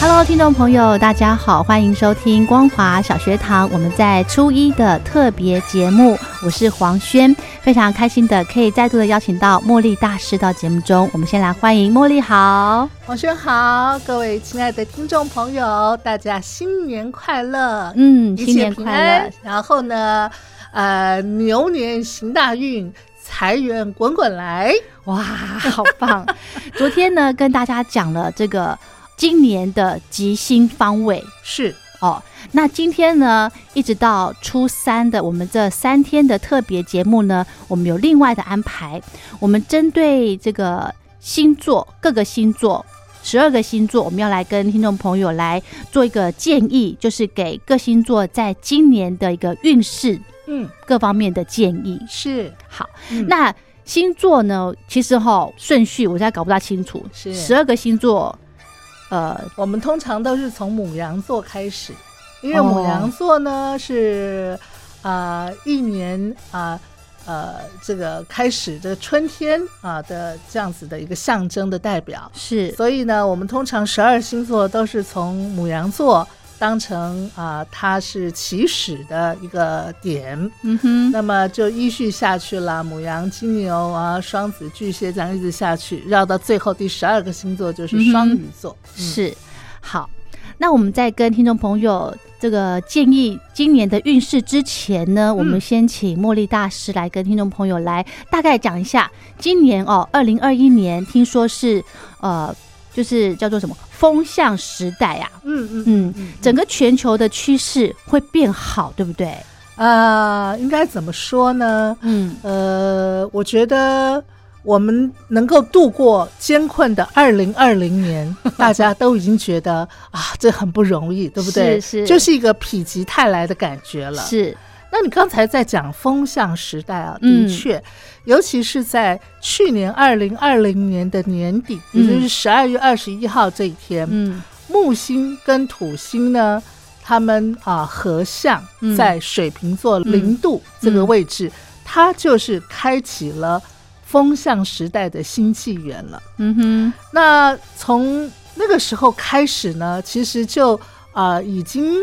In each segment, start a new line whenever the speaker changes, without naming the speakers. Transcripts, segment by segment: Hello，听众朋友，大家好，欢迎收听光华小学堂。我们在初一的特别节目，我是黄轩，非常开心的可以再度的邀请到茉莉大师到节目中。我们先来欢迎茉莉好。
晚上好，各位亲爱的听众朋友，大家新年快乐！
嗯，
一
新
切
年
平
快
安
乐！。
然后呢，呃，牛年行大运，财源滚滚来。
哇， 好棒！昨天呢，跟大家讲了这个今年的吉星方位，
是，
哦，那今天呢，一直到初三的我们这三天的特别节目呢，我们有另外的安排。我们针对这个星座，各个星座，十二个星座，我们要来跟听众朋友来做一个建议，就是给各星座在今年的一个运势
嗯，
各方面的建议。
是。
好，
嗯
那星座呢，其实哈、顺序我现在搞不大清楚，
是
十二个星座，呃，
我们通常都是从母羊座开始，因为
哦
母羊座呢、是啊、呃一年啊呃这个开始的春天啊、的这样子的一个象征的代表。
是
所以呢，我们通常十二星座都是从母羊座当成啊、它是起始的一个点，
嗯哼，
那么就依序下去了，母羊、金牛啊、双子、巨蟹这样一直下去，绕到最后第十二个星座就是双鱼座。嗯
是，好，那我们在跟听众朋友这个建议今年的运势之前呢，我们
嗯
先请茉莉大师来跟听众朋友来大概讲一下今年哦，二零二一年听说是呃，就是叫做什么风向时代啊，
嗯嗯嗯
嗯，
嗯，
整个全球的趋势会变好，对不对？
啊、应该怎么说呢？
嗯
呃，我觉得我们能够度过艰困的二零二零年，大家都已经觉得啊，这很不容易，对不对？
是是
就是一个否极泰来的感觉了。
是，
那你刚才在讲风向时代啊，
嗯
的确，尤其是在去年二零二零年的年底，也
嗯
就是十二月二十一号这一天，
嗯
木星跟土星呢，他们啊合相
嗯
在水瓶座零度这个位置，它就是开启了风象时代的新纪元了。
嗯哼，
那从那个时候开始呢，其实就啊、呃已经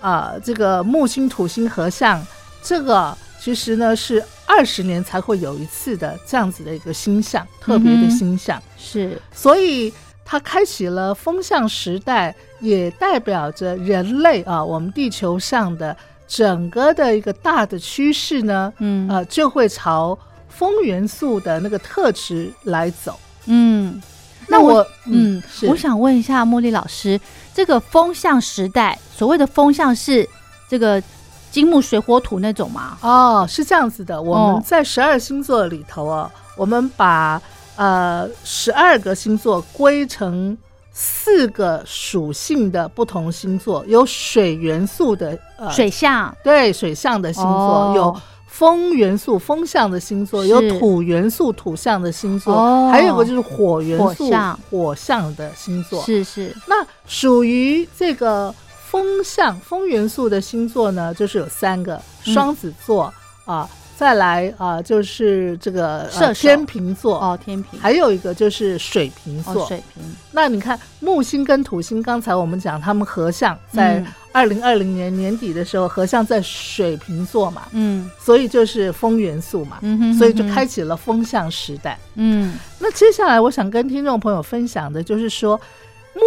啊、呃这个木星土星合相，这个其实呢是二十年才会有一次的这样子的一个星象，特别的
嗯哼
星象。
是，
所以它开启了风象时代，也代表着人类啊，我们地球上的整个的一个大的趋势呢，
嗯
呃，就会朝风元素的那个特质来走。
嗯，
那我
嗯，
是
我想问一下茉莉老师，这个风向时代，所谓的风向是这个金木水火土那种吗？
哦，是这样子的，我
哦
们在十二星座里头哦，我们把呃十二个星座归成。四个属性的不同星座，有水元素的呃
水象、
对水象的星座，
哦
有风元素风象的星座，
是
有土元素土象的星座，
哦
还有个就是火元素
火象
火象的星座。
是是，
那属于这个风象风元素的星座呢，就是有三个：
嗯
双子座啊、再来啊、就是这个、呃
射手
天秤座。
哦，天平，
还有一个就是水瓶座，
哦，水瓶，
那你看木星跟土星，刚才我们讲他们合相在
嗯
二零二零年年底的时候，合相在水瓶座嘛，
嗯
所以就是风元素嘛，
嗯哼，
所以就
嗯哼
开，启了风象时代。
嗯
那接下来我想跟听众朋友分享的就是说，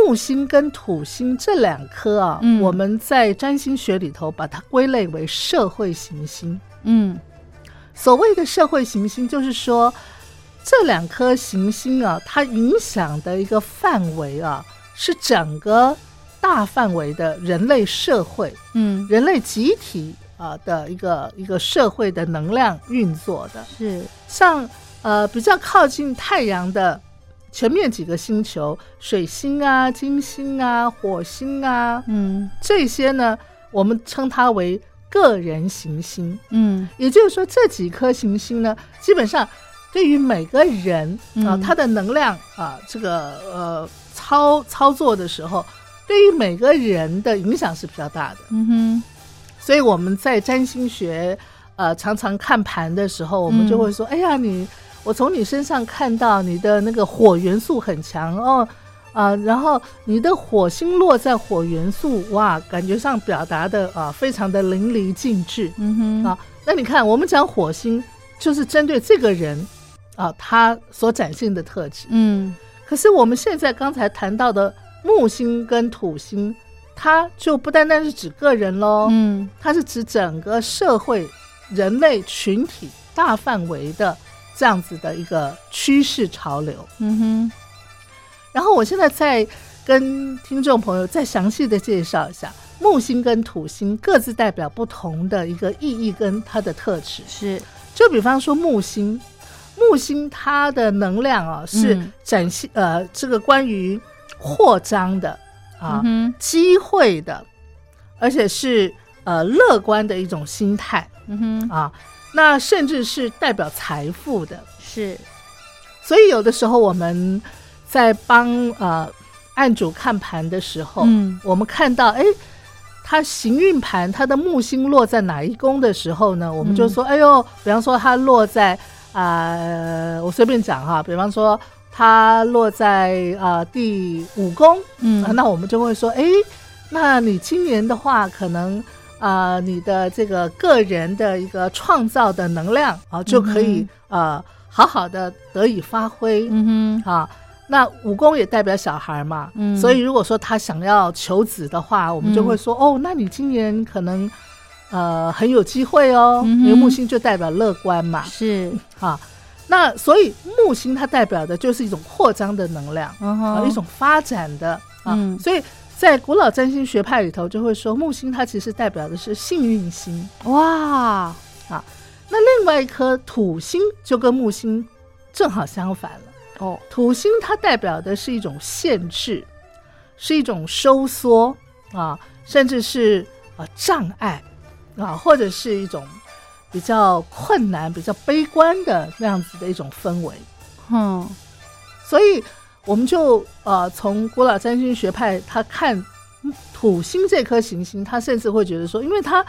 木星跟土星这两颗啊，
嗯
我们在占星学里头把它归类为社会行星。
嗯
所谓的社会行星，就是说这两颗行星啊，它影响的一个范围啊，是整个大范围的人类社会、
嗯，
人类集体啊的一个一个社会的能量运作的。
是，
像呃比较靠近太阳的前面几个星球，水星啊、金星啊、火星啊
嗯
这些呢，我们称它为个人行星。
嗯
也就是说，这几颗行星呢，基本上对于每个人啊，
嗯
他的能量啊，这个呃操操作的时候，对于每个人的影响是比较大的。
嗯哼，
所以我们在占星学呃常常看盘的时候，我们就会说：“哎呀，你我从你身上看到你的那个火元素很强哦。”啊、然后你的火星落在火元素，哇，感觉上表达的啊、非常的淋漓尽致。
嗯哼，
啊，那你看，我们讲火星，就是针对这个人啊，他所展现的特质。
嗯
可是我们现在刚才谈到的木星跟土星，它就不单单是指个人喽，
嗯
它是指整个社会、人类群体大范围的这样子的一个趋势潮流。
嗯哼，
然后我现在再跟听众朋友再详细的介绍一下木星跟土星各自代表不同的一个意义跟它的特质。
是，
就比方说木星，木星它的能量啊是
嗯
展现、呃这个关于呃扩张的啊、
嗯
机会的，而且是呃乐观的一种心态
哼，嗯哼，
啊，那甚至是代表财富的。
是，
所以有的时候我们在帮呃案主看盘的时候，
嗯
我们看到哎。他行运盘，他的木星落在哪一宫的时候呢？我们就说，哎呦，比方说它落在啊、呃我随便讲哈，比方说它落在啊、呃第五宫，啊，
嗯
那我们就会说，哎，那你今年的话，可能啊、呃你的这个个人的一个创造的能量啊、就可以、呃，好好的得以发挥、
嗯哼，
啊。那武功也代表小孩嘛，
嗯
所以如果说他想要求子的话，我们就会说，哦，那你今年可能呃很有机会哦，
嗯哼
因为木星就代表乐观嘛，
是，
啊。那所以木星它代表的就是一种扩张的能量，
嗯
啊，
哼，
一种发展的啊，
嗯
所以在古老占星学派里头就会说，木星它其实代表的是幸运星，
哇，
那另外一颗土星就跟木星正好相反了。
哦，
土星它代表的是一种限制，是一种收缩啊，甚至是啊障碍啊，或者是一种比较困难、比较悲观的那样子的一种氛围。
哼，
所以我们就呃从古老占星学派，他看土星这颗行星，他甚至会觉得说，因为它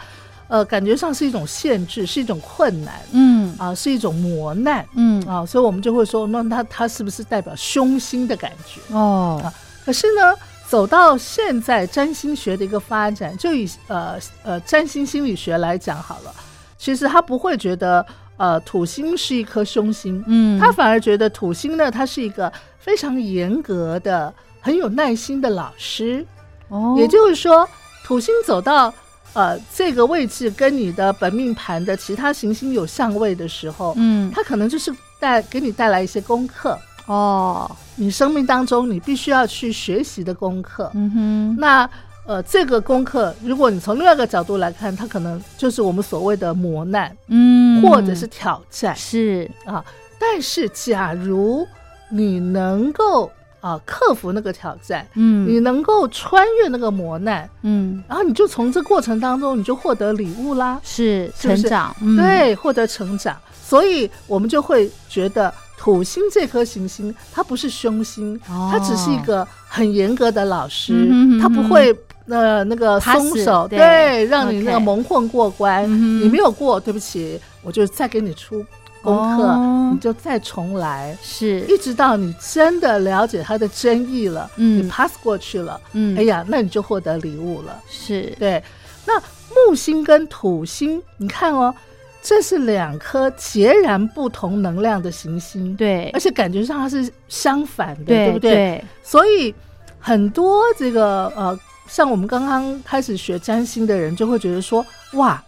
呃感觉上是一种限制，是一种困难
嗯
啊、是一种磨难
嗯，
啊、所以我们就会说，那它它是不是代表凶星的感觉？
哦，
可是呢，走到现在占星学的一个发展，就以呃呃占星心理学来讲好了，其实他不会觉得呃土星是一颗凶星，
嗯，
他反而觉得土星呢，他是一个非常严格的、很有耐心的老师。
哦，
也就是说，土星走到呃这个位置，跟你的本命盘的其他行星有相位的时候，
嗯，
它可能就是带给你带来一些功课，
哦，
你生命当中你必须要去学习的功课。
嗯哼，
那呃，这个功课，如果你从另外一个角度来看，它可能就是我们所谓的磨难，
嗯，
或者是挑战。
是，
啊。但是，假如你能够啊克服那个挑战，你
嗯
能够穿越那个磨难，
嗯，
然后你就从这过程当中，你就获得礼物啦，
是
是不
成
是
长，嗯，
对，获得成长。所以我们就会觉得土星这颗行星，它不是凶星，
哦
它只是一个很严格的老师，
嗯哼
它不会。呃，那个
怕
松
死
手，
对
让你那个
OK
蒙混过关，
嗯哼
你没有过，对不起，我就再给你出功课，
哦
你就再重来。
是，
一直到你真的了解它的真意了，
嗯
你 pass 过去了，
嗯，
哎呀，那你就获得礼物了。
是，
对，那木星跟土星，你看哦，这是两颗截然不同能量的行星，，
对
而，且感觉上它是相反的，对不
对？对，
所以很多这个呃，像我们刚刚开始学占星的人，就会觉得说，哇，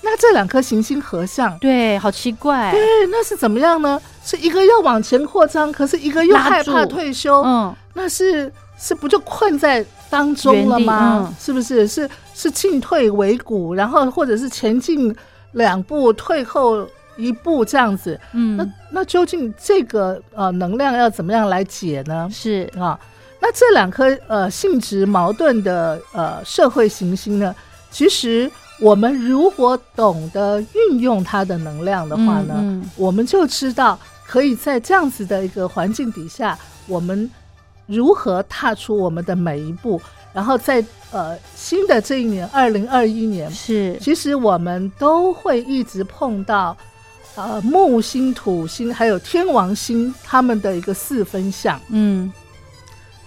那这两颗行星合相，
对，好奇怪，
对，那是怎么样呢？是一个要往前扩张，可是一个又
拉
害
住
怕退休，
嗯，
那是是不就困在当中了
原
吗？
地嗯
是不是？是是进退维谷，然后或者是前进两步，退后一步这样子。那
嗯，
那究竟这个呃能量要怎么样来解呢？
是，嗯
啊，那这两颗呃性质矛盾的呃社会行星呢，其实我们如果懂得运用它的能量的话呢，
嗯嗯
我们就知道可以在这样子的一个环境底下，我们如何踏出我们的每一步，然后在呃新的这一年二零二一年，
嗯是
其实我们都会一直碰到。呃，木星、土星还有天王星，他们的一个四分相，
嗯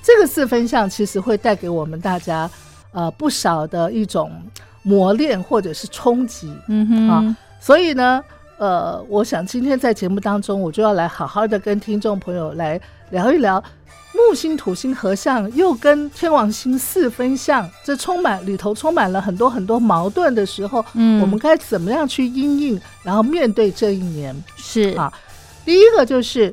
这个四分相其实会带给我们大家，呃，不少的一种磨练或者是冲击。
嗯哼
啊所以呢，呃，我想今天在节目当中，我就要来好好的跟听众朋友来聊一聊木星土星合相，又跟天王星四分相，这充满里头充满了很多很多矛盾的时候，
嗯
我们该怎么样去应应，然后面对这一年。
是
啊第一个就是，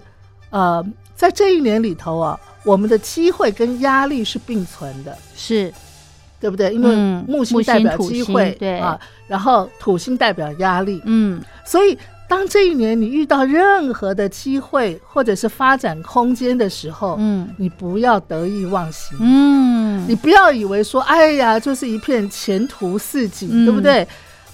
呃，在这一年里头啊，我们的机会跟压力是并存的，
是
对不对？因为
嗯
木星
木星
代表
土
机
星
会，
对
啊，然后土星代表压力，
嗯
所以当这一年你遇到任何的机会或者是发展空间的时候，
嗯
你不要得意忘形。
嗯
你不要以为说，哎呀，就是一片前途似锦，
嗯
对不对？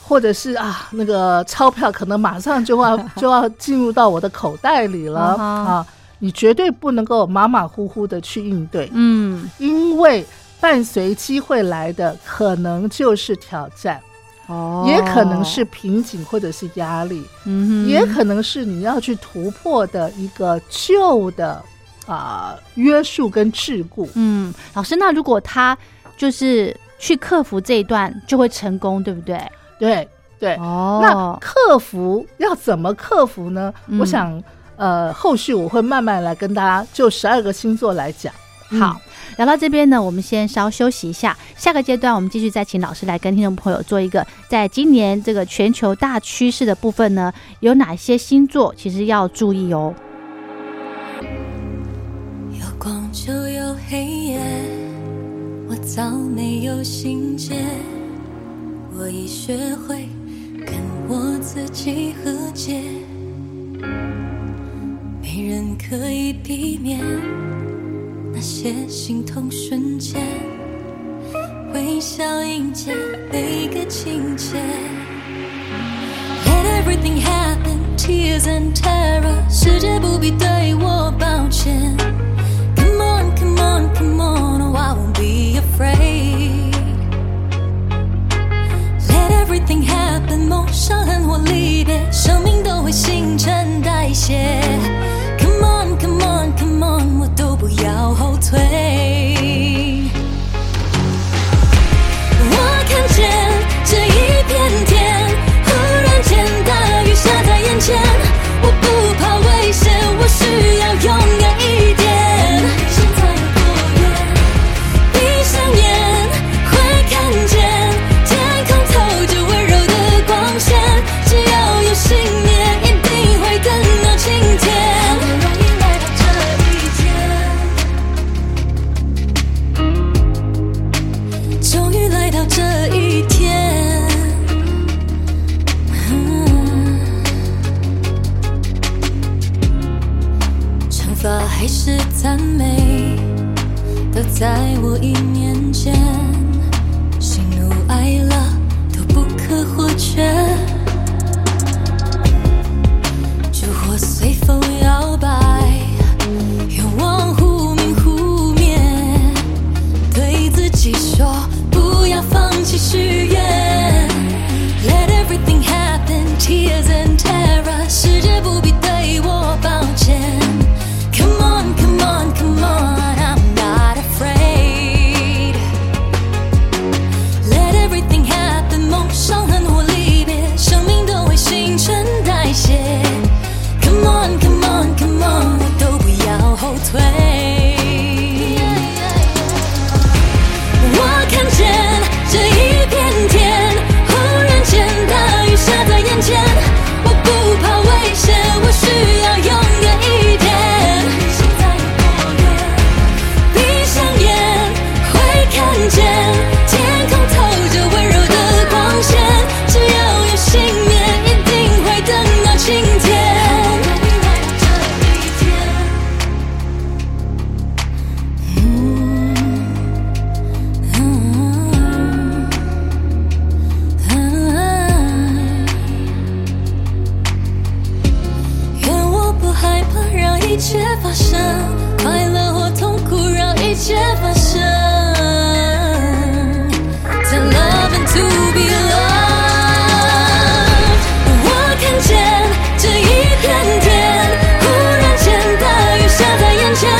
或者是啊，那个钞票可能马上就 要就要进入到我的口袋里了
啊哈
啊！你绝对不能够马马虎虎的去应对，
嗯
因为伴随机会来的可能就是挑战，
哦
也可能是瓶颈或者是压力，
嗯哼
也可能是你要去突破的一个旧的啊、约束跟桎梏。
嗯，老师，那如果他就是去克服这一段，就会成功，对不对？
对对，
哦
那克服要怎么克服呢？
嗯
我想，呃，后续我会慢慢来跟大家就十二个星座来讲。
好，聊到这边呢，我们先稍休息一下。下个阶段，我们继续再请老师来跟听众朋友做一个，在今年这个全球大趋势的部分呢，有哪些星座其实要注意哦。
有光就有黑夜，我早没有心结，我已学会跟我自己和解，没人可以避免那些心痛瞬间，微笑迎接每个情节。Let everything happen, tears and terror，世界不必对我抱歉。Come on, come on, come on, oh, I won't be afraid. Let everything happen，梦想和我离别，生命都会新陈代谢。Come on, come on, come on，我都不要后退。我看见这一片天，忽然间大雨下在眼前，我不怕危险，我需要勇敢一点。现在有多远？闭上眼，会看见天空透着温柔的光线。只要有信念，一定会更到晴天。好不容易来到这一天，终于来到这一天。惩罚还是赞美？都在我一念间，喜怒哀乐都不可或缺。烛火随风摇摆，愿望忽明忽灭。对自己说，不要放弃许愿。Let everything happen, tears and terror，世界不必对我抱歉。Come on, come on, come on, I'm not afraid. Let everything happen，梦想和我离别，生命都会新陈代谢。Come on, come 一切发生，快乐或痛苦，让一切发生。To love and to be loved，我看见这一片天，忽然间大雨下在眼前，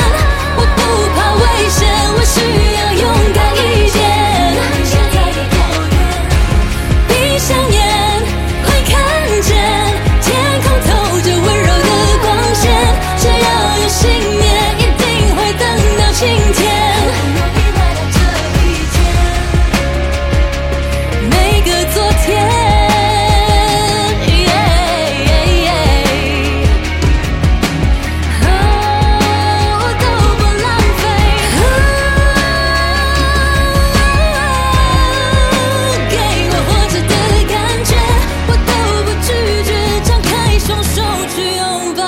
我不怕危险，我需要勇敢一点。闭上眼，会看见天空透着温柔的光线。只要有信念，一定会等到晴天。每个昨天。哦，都不浪费。给我活着的感觉，我都不拒绝，张开双手去拥抱。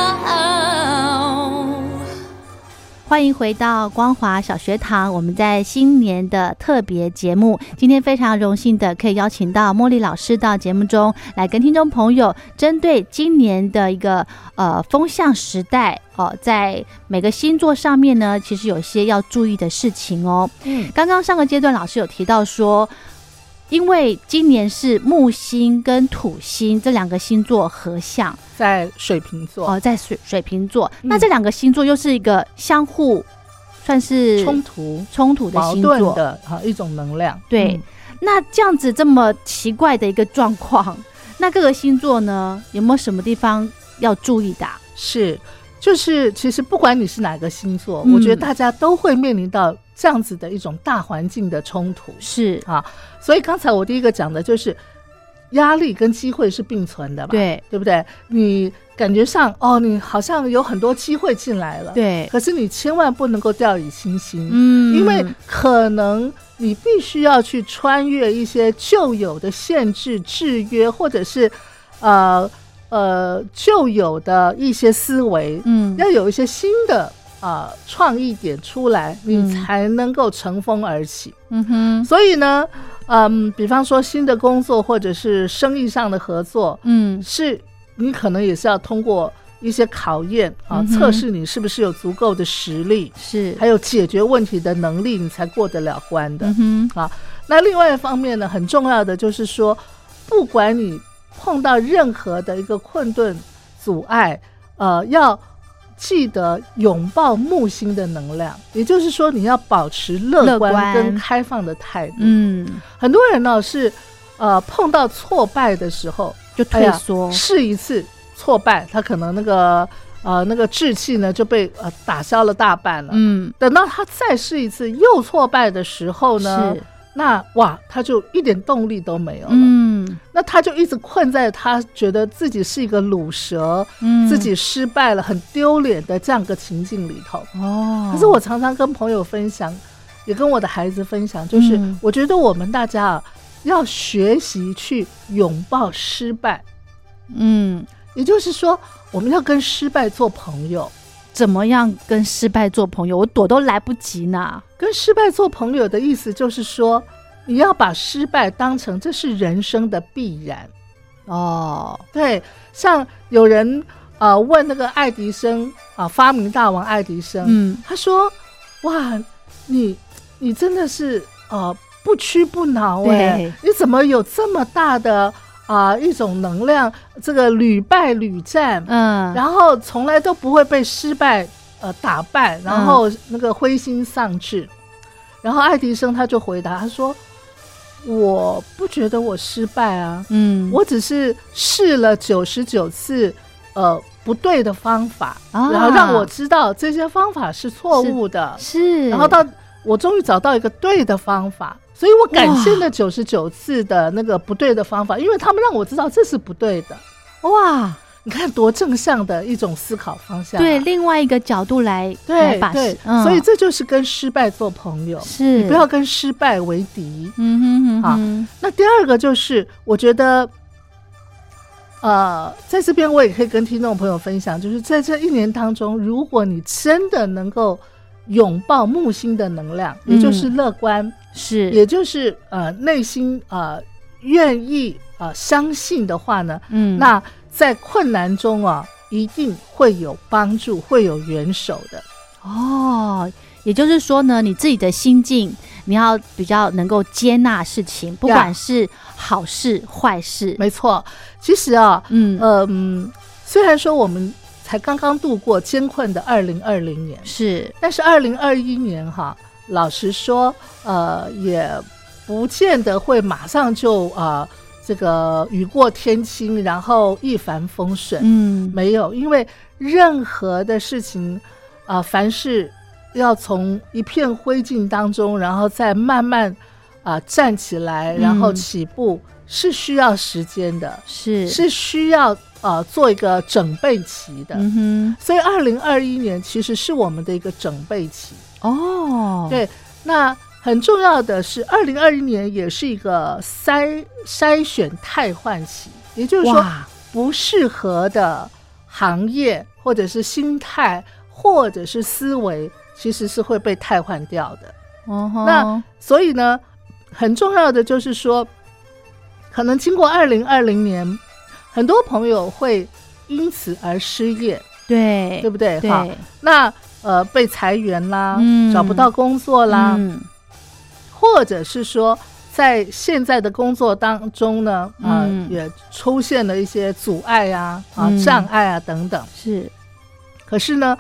欢迎回到光华小学堂，我们在新年的特别节目，今天非常荣幸的可以邀请到茉莉老师到节目中来跟听众朋友针对今年的一个呃风向时代哦、在每个星座上面呢，其实有一些要注意的事情哦。
嗯，
刚刚上个阶段老师有提到说，因为今年是木星跟土星这两个星座合相。
在水瓶座、
哦，在水水瓶座，
嗯
那这两个星座又是一个相互算是
冲突、
冲突的
矛
星
盾
座，
的啊一种能量。
对
嗯
那这样子这么奇怪的一个状况， 那各个星座呢有没有什么地方要注意的啊、
是，就是其实不管你是哪个星座，
嗯
我觉得大家都会面临到这样子的一种大环境的冲突。
是
所以刚才我第一个讲的就是压力跟机会是并存的吧？，
对
对不对？你感觉上哦，你好像有很多机会进来了，，
对，
可是你千万不能够掉以轻心，
嗯
因为可能你必须要去穿越一些旧有的限制、制约，或者是呃呃旧有的一些思维，
嗯
要有一些新的啊、呃创意点出来，
嗯
你才能够乘风而起。
嗯哼
所以呢，嗯，比方说新的工作或者是生意上的合作，
嗯
是你可能也是要通过一些考验啊，
嗯哼
测试你是不是有足够的实力，
是
还有解决问题的能力，你才过得了关的。
嗯哼
啊那另外一方面呢，很重要的就是说，不管你碰到任何的一个困顿、阻碍，呃，要记得拥抱木星的能量，也就是说，你要保持乐
乐
观
观
跟开放的态度。
嗯
很多人呢是，呃，碰到挫败的时候
就
哎
退
呀
缩、
试一次挫败，他可能那个呃那个志气呢就被呃打消了大半了。
嗯
等到他再试一次又挫败的时候呢
是，
那哇，他就一点动力都没有了。
嗯
那他就一直困在他觉得自己是一个卤蛇，
嗯
自己失败了，很丢脸的这样个情境里头。
哦，
可是我常常跟朋友分享，也跟我的孩子分享，就是
嗯
我觉得我们大家啊，要学习去拥抱失败，
嗯
也就是说，我们要跟失败做朋友。
怎么样跟失败做朋友？我躲都来不及呢。
跟失败做朋友的意思就是说，你要把失败当成这是人生的必然。
哦，
对，像有人呃问那个爱迪生啊、发明大王爱迪生，
嗯
他说：“哇，你你真的是呃不屈不挠哎、
对
你怎么有这么大的啊、一种能量？这个屡败屡战，
嗯，
然后从来都不会被失败呃打败，
嗯
然后那个灰心丧志。然后爱迪生他就回答他说：“我不觉得我失败啊，
嗯，
我只是试了九十九次，呃，不对的方法，
啊
然后让我知道这些方法是错误的，
是，
然后到我终于找到一个对的方法，所以我感谢那九十九次的那个不对的方法，因为他们让我知道这是不对的。
哇，
你看多正向的一种思考方向啊、
对，另外一个角度来来
对
把
对
事，嗯
所以这就是跟失败做朋友，
是
你不要，啊跟失败为敌。
嗯哼嗯哼，
那第二个就是，我觉得，呃，在这边我也可以跟听众朋友分享，就是在这一年当中，如果你真的能够拥抱木星的能量，
嗯
也就是乐观，
是，
也就是呃内心呃愿意呃相信的话呢，
嗯，
那在困难中啊，一定会有帮助，会有援手的。
哦，也就是说呢，你自己的心境，你要比较能够接纳事情，不管是好事坏事。
没错，其实啊，
嗯，
呃嗯，虽然说我们才刚刚度过艰困的二零二零年，
是
但是二零二一年哈，老实说，呃，也不见得会马上就呃这个雨过天晴，然后一帆风顺。
嗯，
没有，因为任何的事情，啊、凡是要从一片灰烬当中，然后再慢慢啊、站起来，然后
嗯
起步，是需要时间的，
是，
是需要呃做一个整备期的。
嗯
所以，二零二一年其实是我们的一个整备期。
哼，哦，
对那很重要的是，二零二一年也是一个筛筛选汰换期，也就是说，
哇，
不适合的行业，或者是心态，或者是思维，其实是会被汰换掉的。
哦吼
那所以呢，很重要的就是说，可能经过二零二零年，很多朋友会因此而失业，
对
对不对？
对，
哈，那呃被裁员啦，
嗯
找不到工作啦，
嗯
或者是说。在现在的工作当中呢，啊、
嗯
也出现了一些阻碍啊、啊、
嗯
障碍啊等等。
是，
可是呢，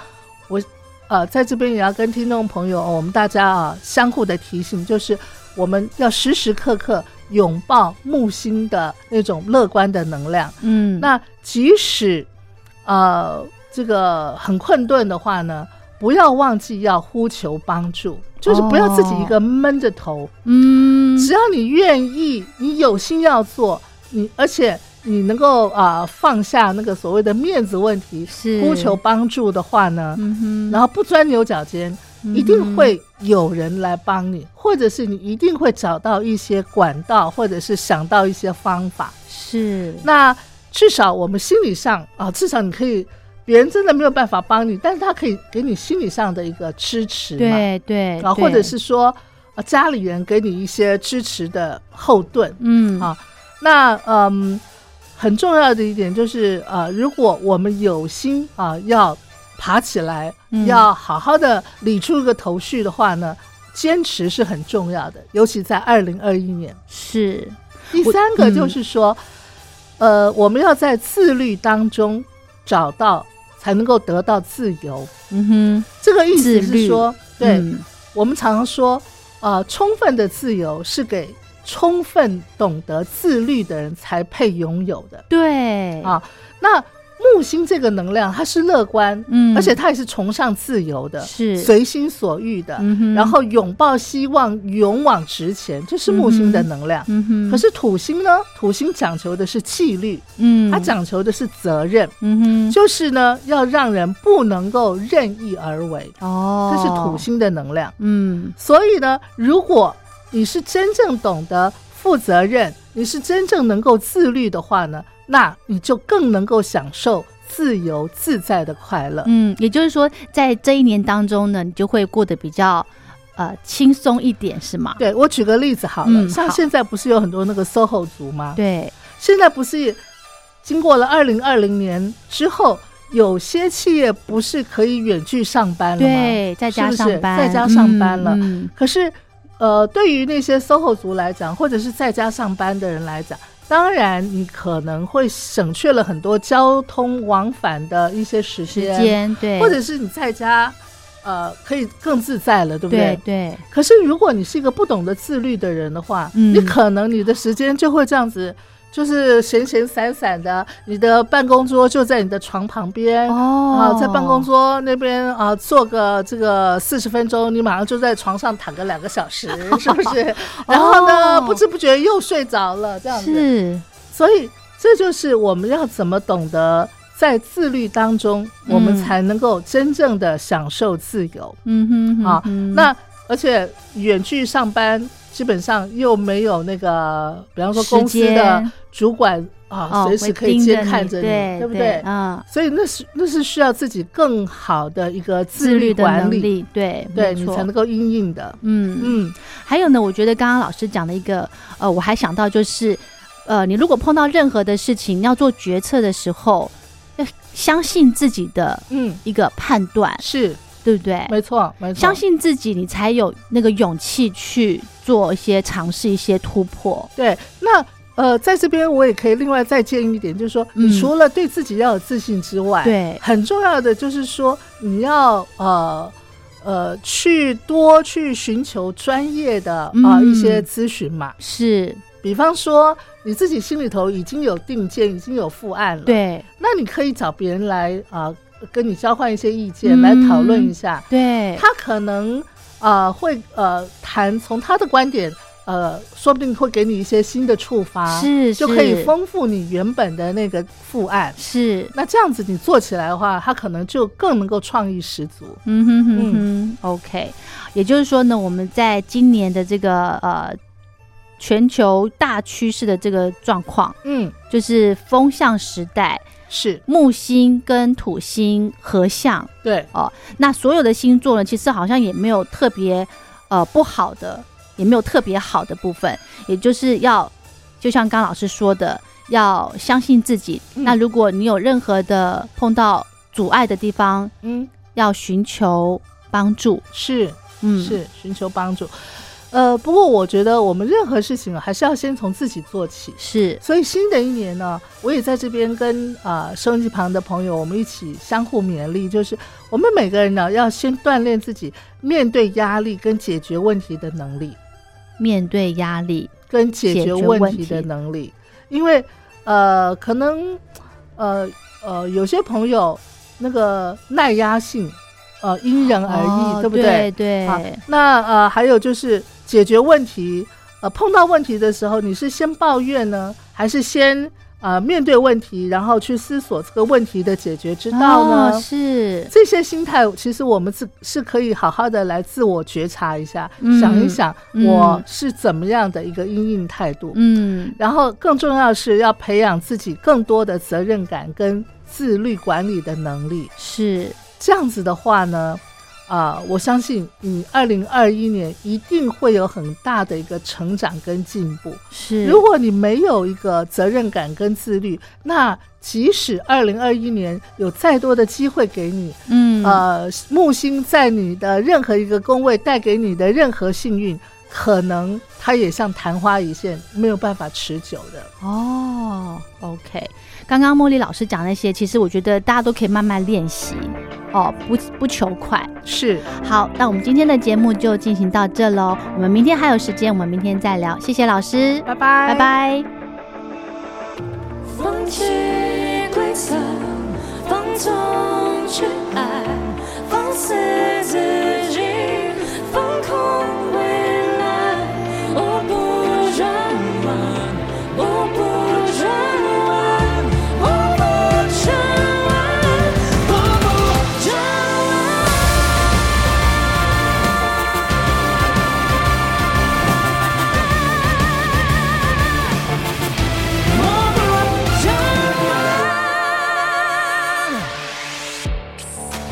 我呃在这边也要跟听众朋友，我们大家啊相互的提醒，就是我们要时时刻刻拥抱木星的那种乐观的能量。
嗯，
那即使呃这个很困顿的话呢，不要忘记要呼求帮助，就是不要自己一个闷着头。
嗯，
只要你愿意，你有心要做，你而且你能够啊、放下那个所谓的面子问题，
是
呼求帮助的话呢，
嗯哼，
然后不钻牛角尖，一定会有人来帮你，或者是你一定会找到一些管道，或者是想到一些方法。
是，
那至少我们心理上啊，至少你可以。别人真的没有办法帮你，但是他可以给你心理上的一个支持嘛，
对对，
啊，或者
对
是说、啊家里人给你一些支持的后盾。
嗯
啊那嗯，很重要的一点就是啊，如果我们有心啊要爬起来，
嗯
要好好的理出一个头绪的话呢，坚持是很重要的，尤其在二零二一年。
是，
第
我
三个就
嗯
是说，呃，我们要在自律当中找到，才能够得到自由。
嗯哼，
这个意
自
思
律
是说，对，
嗯
我们常常说，呃，充分的自由是给充分懂得自律的人才配拥有的。
对
啊那木星这个能量，它是乐观，
嗯
而且它也是崇尚自由的，
是
随心所欲的，
嗯哼
然后拥抱希望，勇往直前，这是木星的能量。
嗯哼，
可是土星呢？土星讲求的是纪律，
嗯，
它讲求的是责任，
嗯哼，
就是呢，要让人不能够任意而为，
哦，
这是土，星的能量。
嗯
所以呢，如果你是真正懂得负责任，你是真正能够自律的话呢，那你就更能够享受自由自在的快乐。
嗯，也就是说，在这一年当中呢，你就会过得比较呃轻松一点，是吗？
对我举个例子好了，
嗯
像
好
现在不是有很多那个 SOHO 族吗？，
对，
现在不是经过了二零二零年之后，有些企业不是可以远距上班了吗？
对，在家
是不
上
是
班，
在家上班了
嗯
可是，呃，对于那些 SOHO 族来讲，或者是在家上班的人来讲，当然你可能会省去了很多交通往返的一些时
时
间，
间对，
或者是你在家，呃，可以更自在了，对不
对对，
可是，如果你是一个不懂得自律的人的话，
嗯
你可能你的时间就会这样子，就是闲闲散散的，你的办公桌就在你的床旁边，啊，
哦，
在办公桌那边啊，做个这个四十分钟，你马上就在床上躺个两个 小时，是不是？然后呢，
哦
不知不觉又睡着了，这样子。
是，
所以这就是我们要怎么懂得在自律当中，我们
嗯
才能够真正的享受自由、
嗯哼
啊
嗯哼。
那而且远距上班，基本上又没有那个，比方说
时
公司的
间
主管啊，
哦，
随时
会
可以
盯
监
着
看
你
着你，
对
不对？
嗯，
所以那是那是需要自己更好的一个
自律
律
的
管
能
理，
力，对，
对
没
你
错
才能够应应的。
嗯
嗯，
还有呢，我觉得刚刚老师讲的一个，呃，我还想到就是，呃，你如果碰到任何的事情你要做决策的时候，要相信自己的
嗯，
一个判断，
是
对不对？
没错，没错，
相信自己，你才有那个勇气去做一些尝试、一些突破。
对，那呃，在这边我也可以另外再建议一点，就是说，
嗯
你除了对自己要有自信之外，，
对，
很重要的就是说，你要呃呃去多去寻求专业的啊、
嗯
一些咨询嘛，
是，
比方说你自己心里头已经有定见，已经有负案了，，
对，
那你可以找别人来啊、跟你交换一些意见，
嗯
来讨论一下，
对，
他可能呃会呃谈从他的观点。呃，说不定会给你一些新的触发，
是
就可以
是
丰富你原本的那个副案。
是，
那这样子你做起来的话，它可能就更能够创意十足。
嗯哼哼哼，OK。也就是说呢，我们在今年的这个呃全球大趋势的这个状况，
嗯，
就是风向时代，
是
木星跟土星合相。
对，
那所有的星座呢，其实好像也没有特别呃不好的，也没有特别好的部分，也就是要就像刚老师说的，要相信自己。
嗯
那如果你有任何的碰到阻碍的地方，
嗯，
要寻求帮助。
是
嗯，
是，寻求帮助。呃，不过我觉得我们任何事情啊还是要先从自己做起。
是，
所以新的一年呢，我也在这边跟啊、呃收音机旁的朋友，我们一起相互勉励，就是我们每个人呢要先锻炼自己面对压力跟解决问题的能力。
面对压力，
跟解决问题的能力，因为呃，可能呃呃，有些朋友那个耐压性呃因人而异，
哦
对不
对？对
对？啊，那呃，还有就是解决问题，呃，碰到问题的时候，你是先抱怨呢，还是先呃面对问题，然后去思索这个问题的解决之道呢？
哦是，
这些心态，其实我们是是可以好好的来自我觉察一下，
嗯
想一想
嗯
我是怎么样的一个因应态度。
嗯，
然后更重要的是要培养自己更多的责任感跟自律管理的能力。
是，
这样子的话呢，啊、我相信你二零二一年一定会有很大的一个成长跟进步。
是，
如果你没有一个责任感跟自律，那即使二零二一年有再多的机会给你，
嗯，
呃，木星在你的任何一个宫位带给你的任何幸运，可能它也像昙花一现，没有办法持久的。
哦，OK，刚刚茉莉老师讲那些，其实我觉得大家都可以慢慢练习哦，不不求快。
是，
好，那我们今天的节目就进行到这喽，我们明天还有时间，我们明天再聊。谢谢老师，
拜拜，
拜拜
放弃规则，放纵去爱，放肆自己，放空未来。我不转弯，我不转弯，我不转弯，我不转弯。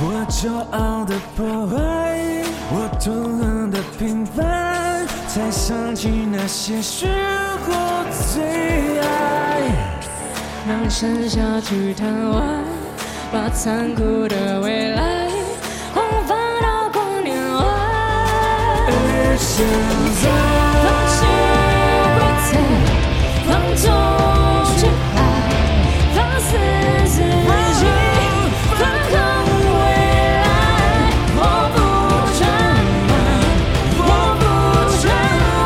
我骄傲的破坏，我突然的平凡，才想起那些时过最爱。
让盛夏去贪玩，把残酷的未来荒放到光年外。
而现在，
放弃规则，放纵去爱，放肆自己，放空未来。我不转弯，我不转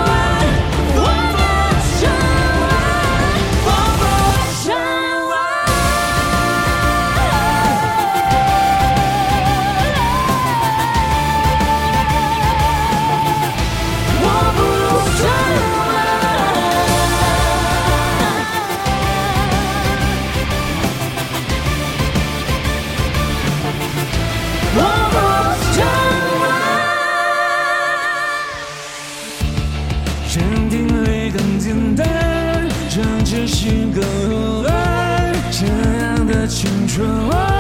弯，我不转弯，我不转弯。我不转弯，我不转弯，
认定力更简单，让这是个偶然，这样的青春。哦